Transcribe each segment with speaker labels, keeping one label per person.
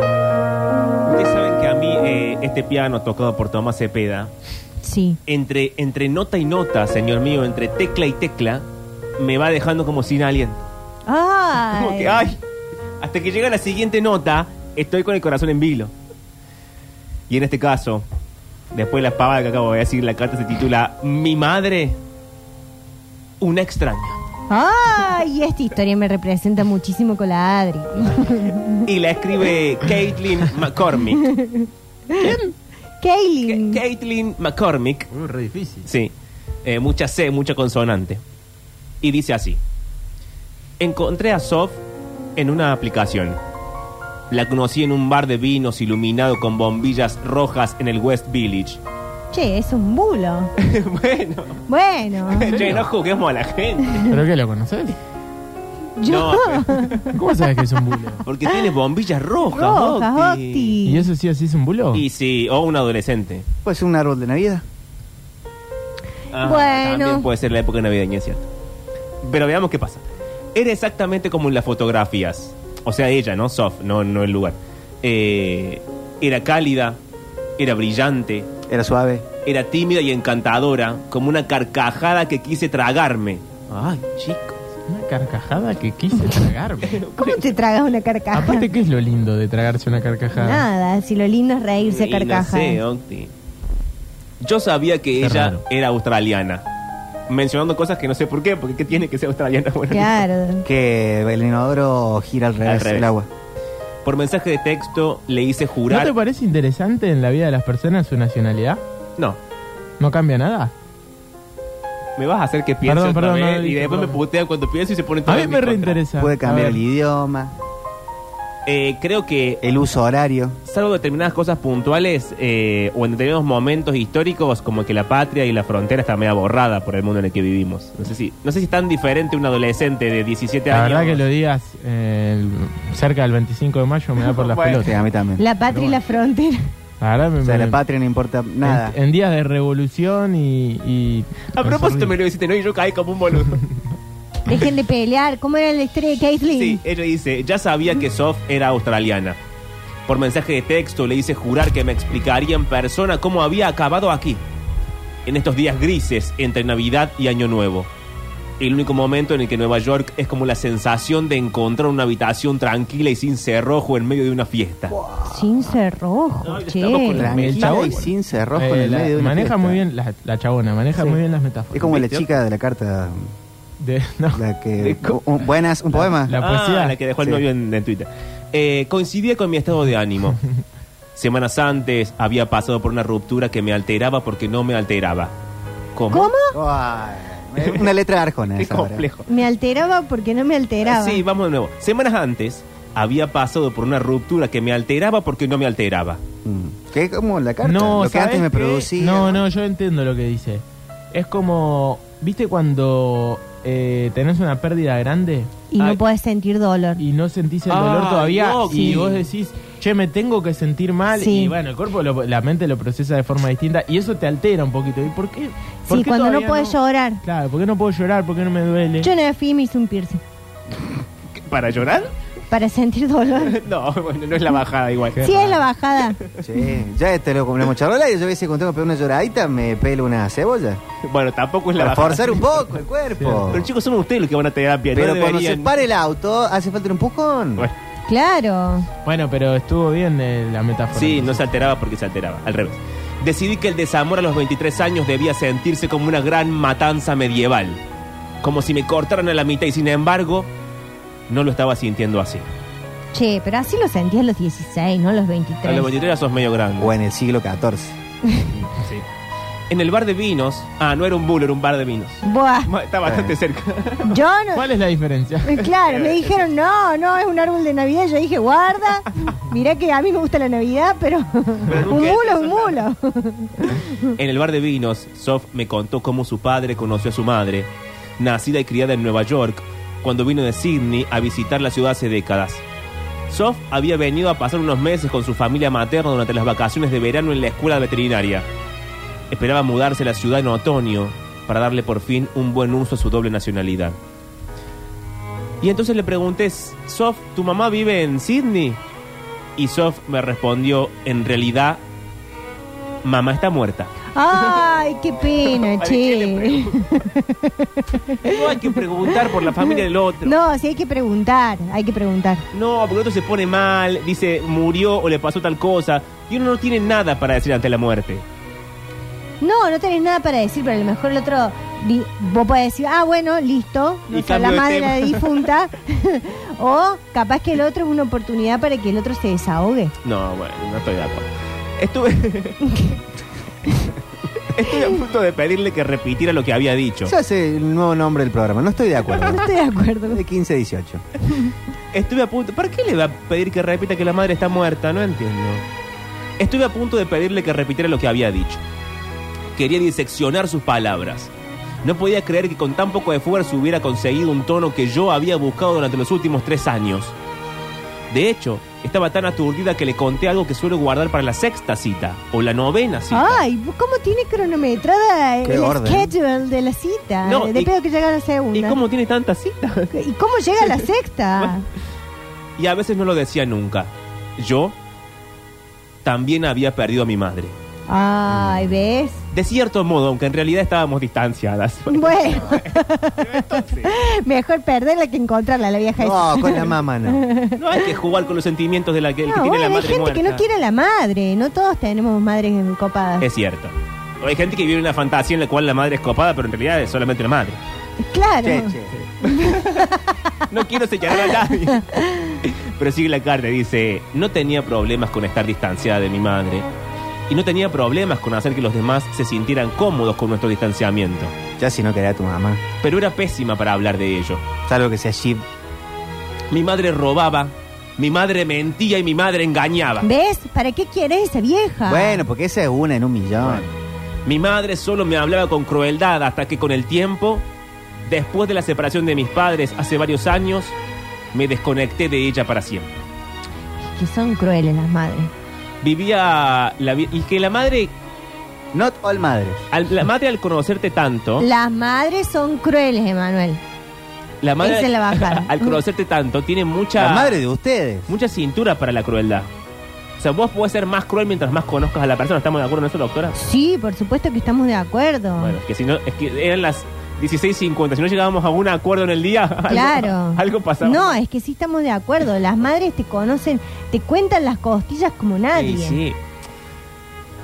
Speaker 1: Ustedes saben que a mí eh, este piano tocado por Tomás Cepeda,
Speaker 2: Sí.
Speaker 1: entre, entre nota y nota, señor mío, entre tecla y tecla, me va dejando como sin aliento.
Speaker 2: Ay.
Speaker 1: Como que, ay, hasta que llega la siguiente nota, estoy con el corazón en vilo. Y en este caso, después de la pavada que acabo de decir, la carta se titula Mi madre, una extraña.
Speaker 2: Ay, esta historia me representa muchísimo con la Adri.
Speaker 1: Y la escribe Caitlin McCormick.
Speaker 2: Kaylin.
Speaker 1: Ca- Caitlin McCormick
Speaker 3: Uh, re difícil.
Speaker 1: Sí. Eh, mucha C, mucha consonante. Y dice así. Encontré a Sof en una aplicación. La conocí en un bar de vinos iluminado con bombillas rojas en el West Village.
Speaker 2: Che, es un bulo.
Speaker 1: bueno,
Speaker 2: Ah, Bueno,
Speaker 1: che, no juzguemos a la gente.
Speaker 4: ¿Pero qué lo conoces?
Speaker 2: yo.
Speaker 1: No,
Speaker 4: ¿Cómo sabes que es un bulo?
Speaker 1: porque tiene bombillas rojas.
Speaker 2: Rojas,
Speaker 1: Octi.
Speaker 2: Octi.
Speaker 4: ¿Y eso sí así es un bulo?
Speaker 1: Y sí, o un adolescente.
Speaker 3: Puede ser un árbol de Navidad.
Speaker 1: Ah,
Speaker 2: Bueno.
Speaker 1: También puede ser la época navideña, es ¿cierto? Pero veamos qué pasa. Era exactamente como en las fotografías. O sea, ella, ¿no? Soft, no, no el lugar. Eh, era cálida, era brillante,
Speaker 3: Era suave.
Speaker 1: era tímida y encantadora, como una carcajada que quise tragarme. Ay, chicos.
Speaker 4: Una carcajada que quise tragarme.
Speaker 2: ¿Cómo te tragas una carcaja?
Speaker 4: Aparte, ¿qué es lo lindo de tragarse una carcajada?
Speaker 2: Nada, si lo lindo es reírse a
Speaker 1: Y no
Speaker 2: carcaja.
Speaker 1: sé, Octi. Yo sabía que
Speaker 4: Qué
Speaker 1: ella
Speaker 4: raro.
Speaker 1: era australiana. Mencionando cosas que no sé por qué, porque ¿qué tiene que ser australiana? Bueno,
Speaker 2: Claro.
Speaker 3: Que el inodoro gira al revés,
Speaker 1: revés.
Speaker 3: el agua.
Speaker 1: Por mensaje de texto le hice
Speaker 4: ¿No
Speaker 1: jurar.
Speaker 4: te parece interesante en la vida de las personas su nacionalidad?
Speaker 1: no.
Speaker 4: ¿No cambia nada?
Speaker 1: Me vas a hacer que piense
Speaker 4: Perdón,
Speaker 1: otra
Speaker 4: perdón,
Speaker 1: vez
Speaker 4: no,
Speaker 1: y
Speaker 4: dije,
Speaker 1: después
Speaker 4: perdón.
Speaker 1: me putea cuando pienso y se pone todo
Speaker 4: A mí
Speaker 1: en
Speaker 4: me
Speaker 1: mi contra.
Speaker 4: reinteresa.
Speaker 3: Puede cambiar
Speaker 4: A ver.
Speaker 3: el idioma,
Speaker 1: Eh, creo que,
Speaker 3: el uso horario.
Speaker 1: salvo determinadas cosas puntuales eh, o en determinados momentos históricos, como que la patria y la frontera está media borrada por el mundo en el que vivimos. No sé si, no sé si es tan diferente un adolescente de 17
Speaker 4: La
Speaker 1: años.
Speaker 4: verdad que lo digas eh, el- cerca del 25 de mayo me da por las
Speaker 1: Bueno.
Speaker 3: Sí,
Speaker 4: pelotas.
Speaker 3: a mí también.
Speaker 2: La patria y la frontera.
Speaker 4: La verdad me,
Speaker 3: o sea,
Speaker 4: me-
Speaker 3: la patria no importa
Speaker 4: en-
Speaker 3: nada.
Speaker 4: En, días de revolución y... y-
Speaker 1: A propósito me lo hiciste, ¿no? Y yo caí como un boludo.
Speaker 2: Dejen de pelear. ¿Cómo era la historia de Caitlyn?
Speaker 1: Sí, ella dice, ya sabía que Sof era australiana. Por mensaje de texto le hice jurar que me explicaría en persona cómo había acabado aquí, en estos días grises entre Navidad y Año Nuevo. El único momento en el que Nueva York es como la sensación de encontrar una habitación tranquila y sin cerrojo en medio de una fiesta.
Speaker 2: Sin cerrojo,
Speaker 1: No, ya
Speaker 2: che.
Speaker 1: estamos con la-
Speaker 3: Tranquila
Speaker 4: El chabón-
Speaker 3: y sin cerrojo
Speaker 4: Eh,
Speaker 3: en el
Speaker 4: la-
Speaker 3: medio de una
Speaker 4: maneja
Speaker 3: fiesta.
Speaker 4: muy bien, la, la chabona, maneja
Speaker 3: Sí.
Speaker 4: muy bien las metáforas.
Speaker 3: Es como la
Speaker 1: ¿Viste?
Speaker 3: chica de la carta.
Speaker 4: De- no.
Speaker 3: La que.
Speaker 1: De co-
Speaker 3: un- buenas, un poema.
Speaker 4: la-
Speaker 1: Ah,
Speaker 4: poesía.
Speaker 1: la que dejó el
Speaker 3: Sí.
Speaker 1: novio en, en Twitter. Eh, coincidía con mi estado de ánimo. Semanas antes había pasado por una ruptura que me alteraba porque no me alteraba.
Speaker 2: ¿Cómo?
Speaker 3: Ay, una letra de arjona.
Speaker 1: Qué
Speaker 3: esa ahora.
Speaker 1: complejo.
Speaker 2: Me alteraba porque no me alteraba.
Speaker 1: Sí, vamos de nuevo. Semanas antes había pasado por una ruptura que me alteraba porque no me alteraba.
Speaker 3: Mm. Que es como la carta.
Speaker 4: No,
Speaker 3: lo que
Speaker 4: ¿sabés
Speaker 3: antes me
Speaker 4: qué?
Speaker 3: producía.
Speaker 4: No, no, yo entiendo lo que dice. Es como, ¿viste cuando eh, tenés una pérdida grande?
Speaker 2: Y
Speaker 4: Ah,
Speaker 2: no podés sentir dolor.
Speaker 4: y no sentís el
Speaker 1: Ah,
Speaker 4: dolor todavía
Speaker 1: loco.
Speaker 4: y vos decís, che, me tengo que sentir mal
Speaker 2: Sí.
Speaker 4: y bueno, el cuerpo, lo- la mente lo procesa de forma distinta y eso te altera un poquito. ¿Y por qué? ¿Por
Speaker 2: Sí,
Speaker 4: qué
Speaker 2: cuando no
Speaker 4: todavía
Speaker 2: podés llorar.
Speaker 4: Claro, ¿por qué no puedo llorar? ¿Por qué no me duele?
Speaker 2: Yo no fui y me hice un piercing.
Speaker 1: ¿Qué, ¿Para llorar?
Speaker 2: Para sentir dolor.
Speaker 1: No, bueno, no es la bajada igual.
Speaker 2: Sí, es la bajada.
Speaker 3: Sí, ya te lo compramos charola y yo hubiese contado que una lloradita me pelo una cebolla.
Speaker 1: Bueno, tampoco es la
Speaker 3: Para
Speaker 1: bajada.
Speaker 3: forzar un poco el cuerpo.
Speaker 1: Pero chicos, son ustedes los que van a terapia.
Speaker 3: Pero
Speaker 1: no
Speaker 3: cuando se
Speaker 1: deberían.
Speaker 3: para el auto, hace falta un empujón.
Speaker 1: Bueno,
Speaker 2: Claro.
Speaker 4: Bueno, pero estuvo bien eh, la metáfora.
Speaker 1: sí, no se alteraba porque se alteraba. Al revés. Decidí que el desamor a los 23 años debía sentirse como una gran matanza medieval, como si me cortaran a la mitad y sin embargo no lo estaba sintiendo así.
Speaker 2: Che, pero así lo sentías a los 16, no a los 23.
Speaker 1: A los 23 ya sos medio grande.
Speaker 3: O en el siglo XIV.
Speaker 1: Sí. En el bar de vinos, ah, no era un bulo, era un bar de vinos.
Speaker 2: Buah,
Speaker 1: Ma- Está bastante cerca.
Speaker 2: yo no...
Speaker 4: ¿Cuál es la diferencia?
Speaker 2: Claro, me dijeron, no, no, es un árbol de Navidad. Yo dije, guarda, mirá que a mí me gusta la Navidad, pero,
Speaker 1: Pero
Speaker 2: un
Speaker 1: nunca
Speaker 2: mulo,
Speaker 1: es
Speaker 2: un mulo.
Speaker 1: En el bar de vinos, Sof me contó cómo su padre conoció a su madre, nacida y criada en Nueva York, cuando vino de Sydney a visitar la ciudad hace décadas. Sof había venido a pasar unos meses con su familia materna durante las vacaciones de verano en la escuela veterinaria. Esperaba mudarse a la ciudad en otoño para darle por fin un buen uso a su doble nacionalidad. Y entonces le pregunté, Sof, ¿tu mamá vive en Sydney? Y Sof me respondió, en realidad, mamá está muerta.
Speaker 2: Ay, qué pena,
Speaker 1: ¿A quién le
Speaker 2: che.
Speaker 1: pregunto? No hay que preguntar por la familia del otro. No.
Speaker 2: No, sí hay que preguntar, hay que preguntar.
Speaker 1: porque el otro se pone mal, dice murió o le pasó tal cosa. Y uno no tiene nada para decir ante la muerte.
Speaker 2: No, no tenés nada para decir, pero a lo mejor el otro, di- vos podés decir, ah, bueno, listo,
Speaker 1: Y
Speaker 2: no sé, la
Speaker 1: cambio de
Speaker 2: madre la
Speaker 1: tema.
Speaker 2: difunta. o capaz que el otro es una oportunidad para que el otro se desahogue.
Speaker 1: No, bueno, no estoy de acuerdo. Estuve. Estuve a punto de pedirle que repitiera lo que había dicho.
Speaker 3: Se hace el nuevo nombre del programa. No estoy de acuerdo.
Speaker 2: No estoy de acuerdo.
Speaker 3: De 15 a 18.
Speaker 1: Estuve a punto. ¿Para qué le va a pedir que repita que la madre está muerta? No entiendo. Estuve a punto de pedirle que repitiera lo que había dicho. Quería diseccionar sus palabras. No podía creer que con tan poco esfuerzo hubiera conseguido un tono que yo había buscado durante los últimos tres años. De hecho, estaba tan aturdida que le conté algo que suelo guardar para la sexta cita o la novena cita.
Speaker 2: Ay, ¿cómo tiene cronometrada
Speaker 3: Qué
Speaker 2: el
Speaker 3: orden.
Speaker 2: schedule de la cita?
Speaker 1: No,
Speaker 2: de
Speaker 1: y-
Speaker 2: pedo que llega la segunda.
Speaker 1: ¿Y cómo tiene tantas citas?
Speaker 2: ¿Y cómo llega la sexta?
Speaker 1: y a veces no lo decía nunca. Yo también había perdido a mi madre.
Speaker 2: Ay, ¿ves?
Speaker 1: De cierto modo, aunque en realidad estábamos distanciadas.
Speaker 2: Bueno, mejor perderla que encontrarla, la vieja. esa.
Speaker 3: No, con la mamá no.
Speaker 1: No hay que jugar con los sentimientos de la que, el que
Speaker 2: No,
Speaker 1: tiene la
Speaker 2: bueno, hay
Speaker 1: madre
Speaker 2: gente que no
Speaker 1: muerta.
Speaker 2: quiere a la madre. No todos tenemos madres copadas.
Speaker 1: Es cierto. O hay gente que vive una fantasía en la cual la madre es copada, pero en realidad es solamente una madre.
Speaker 2: Claro.
Speaker 3: Che, che.
Speaker 1: No quiero señalar a nadie. Pero sigue la carta, dice, no tenía problemas con estar distanciada de mi madre. Y no tenía problemas con hacer que los demás se sintieran cómodos con nuestro distanciamiento.
Speaker 3: Ya si no quería tu mamá.
Speaker 1: Pero era pésima para hablar de ello.
Speaker 3: Salvo que sea Jeep.
Speaker 1: Mi madre robaba, mi madre mentía y mi madre engañaba.
Speaker 2: ¿Ves? ¿Para qué quieres esa vieja?
Speaker 3: Bueno, porque esa es una en un millón.
Speaker 1: Mi madre solo me hablaba con crueldad hasta que con el tiempo, después de la separación de mis padres hace varios años, me desconecté de ella para siempre.
Speaker 2: Que son crueles las madres.
Speaker 1: Vivía la vi- y que la madre,
Speaker 3: Not all madres.
Speaker 1: al- la madre al conocerte tanto,
Speaker 2: Las madres son crueles, Emanuel.
Speaker 1: la madre
Speaker 2: Esa la bajaron.
Speaker 1: al conocerte tanto tiene mucha
Speaker 3: La madre de ustedes.
Speaker 1: mucha cintura para la crueldad. O sea, vos podés ser más cruel mientras más conozcas a la persona. ¿Estamos de acuerdo en eso, doctora?
Speaker 2: Sí, por supuesto que estamos de acuerdo.
Speaker 1: Bueno, es que si no, es que eran las 16.50. Si no llegábamos a un acuerdo en el día, algo-
Speaker 2: Claro.
Speaker 1: algo, pasaba.
Speaker 2: No, es que sí estamos de acuerdo. Las madres te conocen, te cuentan las costillas como nadie.
Speaker 1: Sí, sí.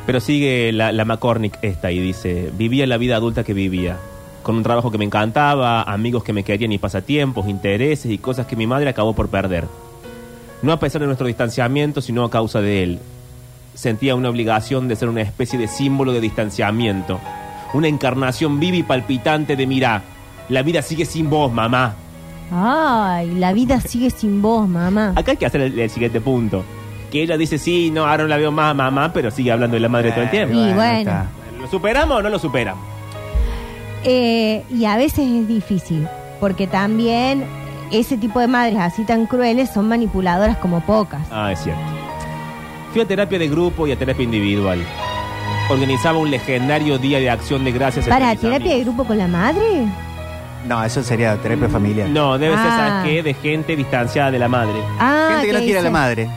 Speaker 1: Pero sigue la, la McCormick esta y dice, vivía la vida adulta que vivía, con un trabajo que me encantaba, amigos que me querían y pasatiempos, intereses y cosas que mi madre acabó por perder. No a pesar de nuestro distanciamiento, sino a causa de él. Sentía una obligación de ser una especie de símbolo de distanciamiento, una encarnación viva y palpitante de mirá, la vida sigue sin vos, mamá.
Speaker 2: Ay, la vida sigue sin vos, mamá.
Speaker 1: Acá hay que hacer el, el siguiente punto. Que ella dice, sí, no, ahora no la veo más, mamá, pero sigue hablando de la madre todo el tiempo.
Speaker 2: Y bueno.
Speaker 3: está.
Speaker 1: ¿Lo superamos o no lo superamos?
Speaker 2: Eh, y a veces es difícil, porque también ese tipo de madres así tan crueles son manipuladoras como pocas.
Speaker 1: Ah, es cierto. Fui a terapia de grupo y a terapia individual. Organizaba un legendario día de acción de gracias. entre
Speaker 2: ¿Para
Speaker 1: mis
Speaker 2: terapia de
Speaker 1: amigos.
Speaker 2: grupo con la madre?
Speaker 3: No, eso sería terapia familiar.
Speaker 1: No, debe ser,
Speaker 2: Ah.
Speaker 1: ¿sabes qué? De gente distanciada de la madre.
Speaker 2: Ah,
Speaker 3: gente que no quiere a la
Speaker 2: dice-
Speaker 3: madre.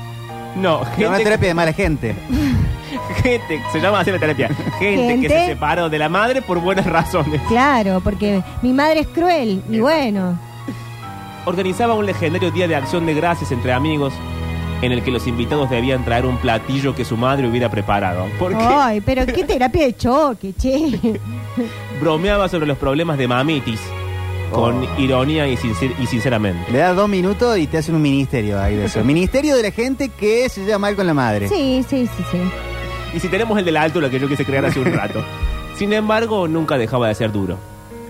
Speaker 1: No,
Speaker 3: No, una
Speaker 1: gente,
Speaker 3: terapia de mala gente.
Speaker 1: gente se llama así la terapia. Gente,
Speaker 2: Gente.
Speaker 1: que se separó de la madre por buenas razones.
Speaker 2: Claro, porque mi madre es cruel y bueno.
Speaker 1: Organizaba un legendario día de acción de gracias entre amigos en el que los invitados debían traer un platillo que su madre hubiera preparado. Porque
Speaker 2: Ay, pero qué terapia de choque, che.
Speaker 1: bromeaba sobre los problemas de mamitis con
Speaker 3: Oh.
Speaker 1: ironía y, sincer- y sinceramente.
Speaker 3: Le das dos minutos y te hacen un ministerio ahí de eso. ministerio de la gente que se lleva mal con la madre.
Speaker 2: Sí, sí, sí, sí.
Speaker 1: Y si tenemos el de la altura que yo quise crear hace un rato. Sin embargo, nunca dejaba de ser duro.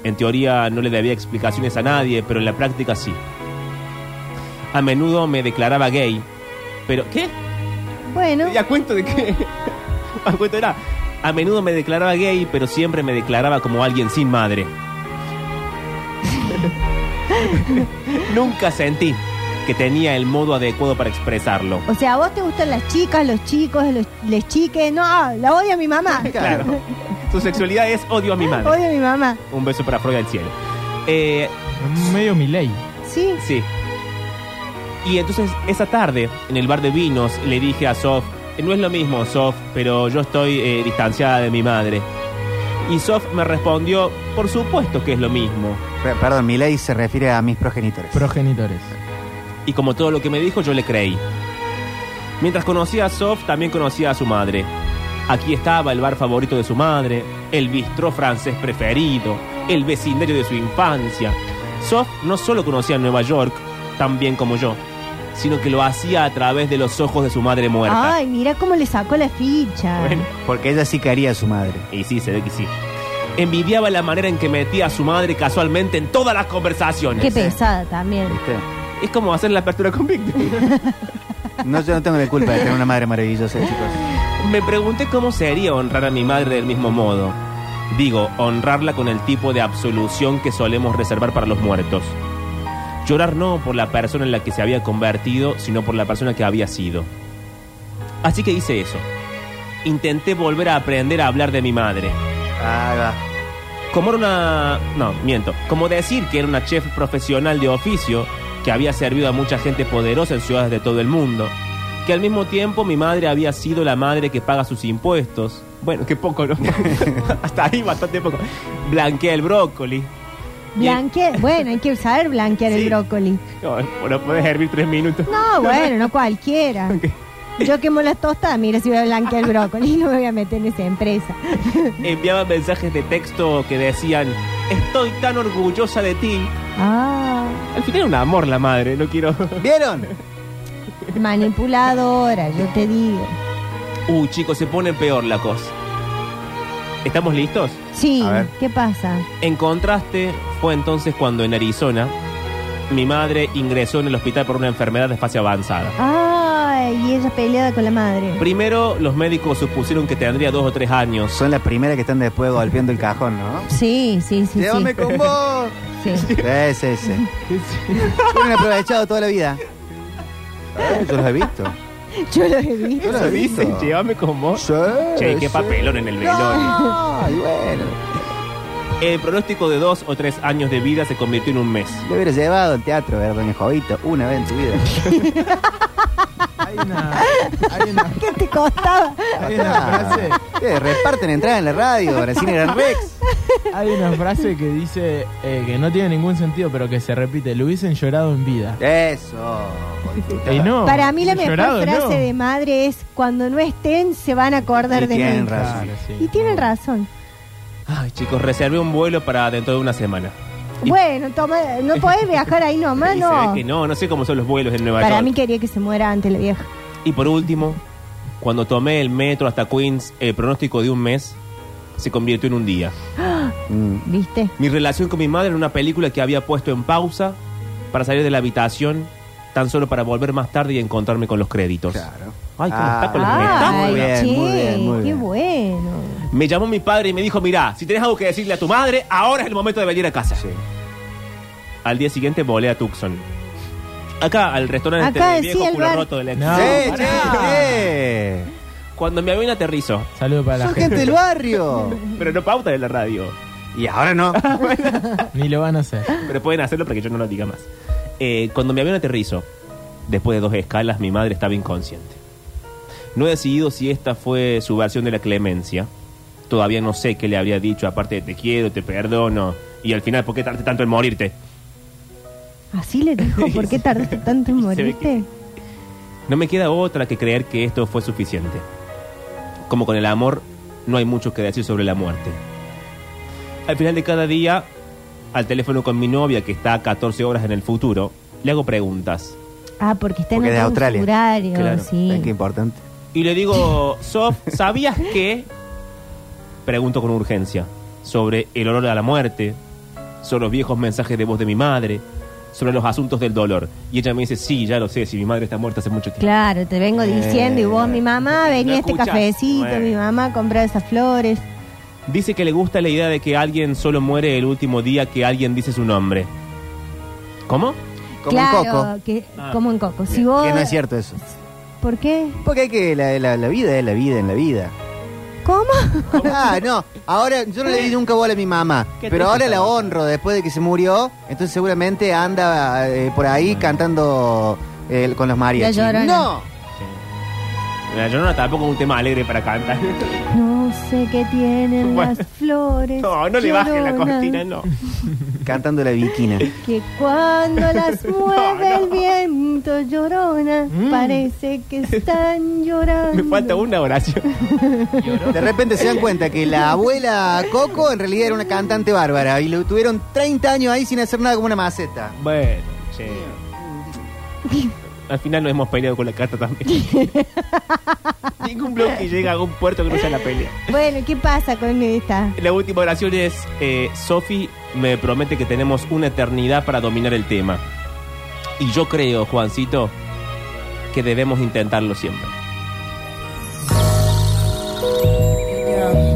Speaker 1: En teoría no le debía explicaciones a nadie, pero en la práctica sí. A menudo me declaraba gay. Pero, ¿qué?
Speaker 2: Bueno,
Speaker 1: ¿Y a cuento de qué? ¿A cuento era? A menudo me declaraba gay, pero siempre me declaraba como alguien sin madre. Nunca sentí que tenía el modo adecuado para expresarlo.
Speaker 2: o sea, a vos te gustan las chicas, los chicos, los, les chiques. No, la odio a mi mamá.
Speaker 1: Claro. Su sexualidad es odio a mi madre.
Speaker 2: Odio a mi mamá.
Speaker 1: Un beso para Freud del cielo. Eh,
Speaker 4: Medio mi ley.
Speaker 2: Sí.
Speaker 1: sí. Y entonces esa tarde, en el bar de vinos, le dije a Sof, "Eh, no es lo mismo, Sof, pero yo estoy eh, distanciada de mi madre. Y Sof me respondió, por supuesto que es lo mismo.
Speaker 3: Pe- Perdón, mi ley se refiere a mis progenitores.
Speaker 4: Progenitores.
Speaker 1: Y como todo lo que me dijo, yo le creí. Mientras conocía a Sof, también conocía a su madre. Aquí estaba el bar favorito de su madre, el bistró francés preferido, el vecindario de su infancia. Sof no solo conocía Nueva York, tan bien como yo, sino que lo hacía a través de los ojos de su madre muerta.
Speaker 2: Ay, mira cómo le sacó la ficha.
Speaker 1: Bueno,
Speaker 3: Porque ella sí quería a su madre.
Speaker 1: y sí, se ve que sí. Envidiaba la manera en que metía a su madre casualmente en todas las conversaciones.
Speaker 2: Qué pesada también.
Speaker 3: ¿Viste?
Speaker 1: Es como hacer la apertura con Big Bang.
Speaker 3: No, yo no tengo la culpa de tener una madre maravillosa, chicos.
Speaker 1: Me pregunté cómo sería honrar a mi madre del mismo modo. Digo, honrarla con el tipo de absolución que solemos reservar para los muertos. Llorar no por la persona en la que se había convertido, sino por la persona que había sido. Así que hice eso. Intenté volver a aprender a hablar de mi madre.
Speaker 3: Ahí va.
Speaker 1: Como era una... No, miento. Como decir que era una chef profesional de oficio, que había servido a mucha gente poderosa en ciudades de todo el mundo, que al mismo tiempo mi madre había sido la madre que paga sus impuestos. Bueno, qué poco, ¿no? Hasta ahí bastante poco. Blanquea el brócoli.
Speaker 2: Blanquear, bueno, hay que saber blanquear
Speaker 1: Sí.
Speaker 2: el brócoli.
Speaker 1: No, no puedes hervir tres minutos.
Speaker 2: No, bueno, no cualquiera. Yo quemo las tostadas, mira si voy a blanquear el brócoli, no me voy a meter en esa empresa.
Speaker 1: Enviaba mensajes de texto que decían, estoy tan orgullosa de ti.
Speaker 2: Ah,
Speaker 1: Al final era un amor la madre, no quiero...
Speaker 3: ¿Vieron?
Speaker 2: manipuladora, yo te digo.
Speaker 1: Uh, chicos, se pone peor la cosa. ¿Estamos listos?
Speaker 2: Sí,
Speaker 3: A ver.
Speaker 2: ¿qué pasa?
Speaker 1: En contraste, fue entonces cuando en Arizona mi madre ingresó en el hospital por una enfermedad de fase avanzada.
Speaker 2: Ay, y ella peleada con la madre.
Speaker 1: Primero, los médicos supusieron que tendría dos o tres años.
Speaker 3: Son las primeras que están después golpeando el cajón, ¿no?
Speaker 2: Sí, sí, sí,
Speaker 3: ¡Llévame
Speaker 2: sí.
Speaker 3: con vos!
Speaker 2: sí.
Speaker 3: Sí, sí, sí. Lo han aprovechado toda la vida. Eh, yo los he visto.
Speaker 2: Yo lo he visto.
Speaker 3: Yo los he visto.
Speaker 1: Dicen, llévame con vos.
Speaker 3: Sí,
Speaker 1: Che, qué
Speaker 3: sí.
Speaker 1: papelón en el velón.
Speaker 3: No, y bueno.
Speaker 1: El pronóstico de dos o tres años de vida se convirtió en un mes.
Speaker 3: Lo hubiera llevado al teatro, ver, doña Jovito, una vez en tu vida.
Speaker 4: Hay una, hay una,
Speaker 2: ¿Qué te costaba?
Speaker 4: hay una frase.
Speaker 3: Che, Eh, reparten entradas en la radio, para Cine Gran Rex.
Speaker 4: Hay una frase que dice eh, que no tiene ningún sentido, pero que se repite. Lo hubiesen llorado en vida.
Speaker 3: Eso.
Speaker 4: Y no,
Speaker 2: Para mí la mejor
Speaker 4: llorado,
Speaker 2: frase
Speaker 4: no.
Speaker 2: de madre es, cuando no estén se van a acordar
Speaker 3: Y
Speaker 2: de
Speaker 3: tienen
Speaker 2: mí.
Speaker 3: razón.
Speaker 4: Claro, sí.
Speaker 2: Y tienen razón.
Speaker 1: Ay, chicos, reservé un vuelo para dentro de una semana. Y-
Speaker 2: Bueno, toma, no podés viajar ahí nomás,
Speaker 1: y se
Speaker 2: Ah, no.
Speaker 1: ve que no, no sé cómo son los vuelos en Nueva
Speaker 2: Para
Speaker 1: York.
Speaker 2: mí quería que se muera antes la vieja.
Speaker 1: Y por último, cuando tomé el metro hasta Queens, el pronóstico de un mes se convirtió en un día.
Speaker 3: Mm.
Speaker 2: ¿Viste?
Speaker 1: Mi relación con mi madre en una película que había puesto en pausa para salir de la habitación, tan solo para volver más tarde y encontrarme con los créditos.
Speaker 3: Claro.
Speaker 1: Ay, cómo
Speaker 3: Ah,
Speaker 1: está con los
Speaker 2: Ay,
Speaker 3: muy bien,
Speaker 2: che,
Speaker 3: muy bien, muy
Speaker 2: qué
Speaker 3: bien.
Speaker 2: bueno.
Speaker 1: Me llamó mi padre y me dijo, mirá, si tenés algo que decirle a tu madre, ahora es el momento de venir a casa.
Speaker 3: Sí.
Speaker 1: Al día siguiente volé a Tucson. Acá, al restaurante
Speaker 2: Acá
Speaker 1: del
Speaker 2: decía
Speaker 1: viejo
Speaker 2: el
Speaker 1: culo
Speaker 2: bar.
Speaker 1: roto del ex.
Speaker 4: No.
Speaker 3: Sí, che,
Speaker 4: pará.
Speaker 3: che.
Speaker 1: Cuando mi avión aterrizó,
Speaker 4: Saludos para la
Speaker 3: Son
Speaker 4: gente.
Speaker 3: gente del barrio.
Speaker 1: pero no pauta de la radio.
Speaker 3: Y ahora no.
Speaker 4: Ni lo van a hacer.
Speaker 1: Pero pueden hacerlo para que yo no lo diga más. Eh, cuando mi avión aterrizó, después de dos escalas, mi madre estaba inconsciente. No he decidido si esta fue su versión de la clemencia. Todavía no sé qué le habría dicho, aparte de te quiero, te perdono. Y al final, ¿por qué tardaste tanto en morirte?
Speaker 2: Así le dijo, ¿por qué tardaste tanto en
Speaker 1: Se ve que-
Speaker 2: morirte?
Speaker 1: No me queda otra que creer que esto fue suficiente. Como con el amor, no hay mucho que decir sobre la muerte. Al final de cada día, al teléfono con mi novia que está a 14 horas en el futuro, le hago preguntas.
Speaker 2: Ah, porque está
Speaker 3: Porque
Speaker 2: en
Speaker 3: de
Speaker 2: otro
Speaker 3: Australia.
Speaker 2: horario,
Speaker 1: Claro,
Speaker 2: sí.
Speaker 3: Es que importante.
Speaker 1: Y le digo, Sof, ¿sabías que? Pregunto con urgencia. Sobre el olor a la muerte, sobre los viejos mensajes de voz de mi madre, sobre los asuntos del dolor. Y ella me dice, sí, ya lo sé, si mi madre está muerta hace mucho tiempo.
Speaker 2: Claro, te vengo diciendo, y vos, mi mamá, venía a este
Speaker 1: escuchás.
Speaker 2: cafecito,
Speaker 1: Bueno.
Speaker 2: mi mamá compra esas flores.
Speaker 1: Dice que le gusta la idea de que alguien solo muere el último día que alguien dice su nombre. ¿Cómo?
Speaker 3: Como
Speaker 2: claro,
Speaker 3: un coco.
Speaker 2: Que,
Speaker 1: Ah,
Speaker 2: como un coco. Si
Speaker 1: bien,
Speaker 2: vos,
Speaker 3: Que no es cierto eso.
Speaker 2: ¿Por qué?
Speaker 3: Porque hay que. La, la- la vida es la vida en la vida.
Speaker 2: ¿Cómo?
Speaker 3: Ah, no. Ahora, yo no le di nunca bola a mi mamá.
Speaker 1: Qué triste
Speaker 3: Pero ahora la
Speaker 1: esa mamá.
Speaker 3: honro después de que se murió. Entonces, seguramente anda eh, por ahí cantando eh, con los mariachis.
Speaker 2: La Llorona.
Speaker 3: No.
Speaker 1: La Llorona Eh, tampoco es un tema alegre para cantar.
Speaker 2: No sé qué tienen
Speaker 1: Bueno.
Speaker 2: las flores.
Speaker 1: No, no le bajes la
Speaker 2: lloronas,
Speaker 1: cortina, no.
Speaker 3: Cantando la viquina.
Speaker 2: Que cuando las mueve
Speaker 1: No, no.
Speaker 2: el viento llorona,
Speaker 4: Mm.
Speaker 2: parece que están llorando.
Speaker 1: Me falta una oración.
Speaker 3: De repente se dan cuenta que la abuela Coco en realidad era una cantante bárbara y lo tuvieron 30 años ahí sin hacer nada como una maceta.
Speaker 1: Bueno, che. Al final nos hemos peleado con la carta también. Ningún bloque llega a un puerto que no sea la pelea.
Speaker 2: Bueno, ¿qué pasa con esta?
Speaker 1: La última oración es, eh, Sofi me promete que tenemos una eternidad para dominar el tema. Y yo creo, Juancito, que debemos intentarlo siempre.
Speaker 5: Yeah.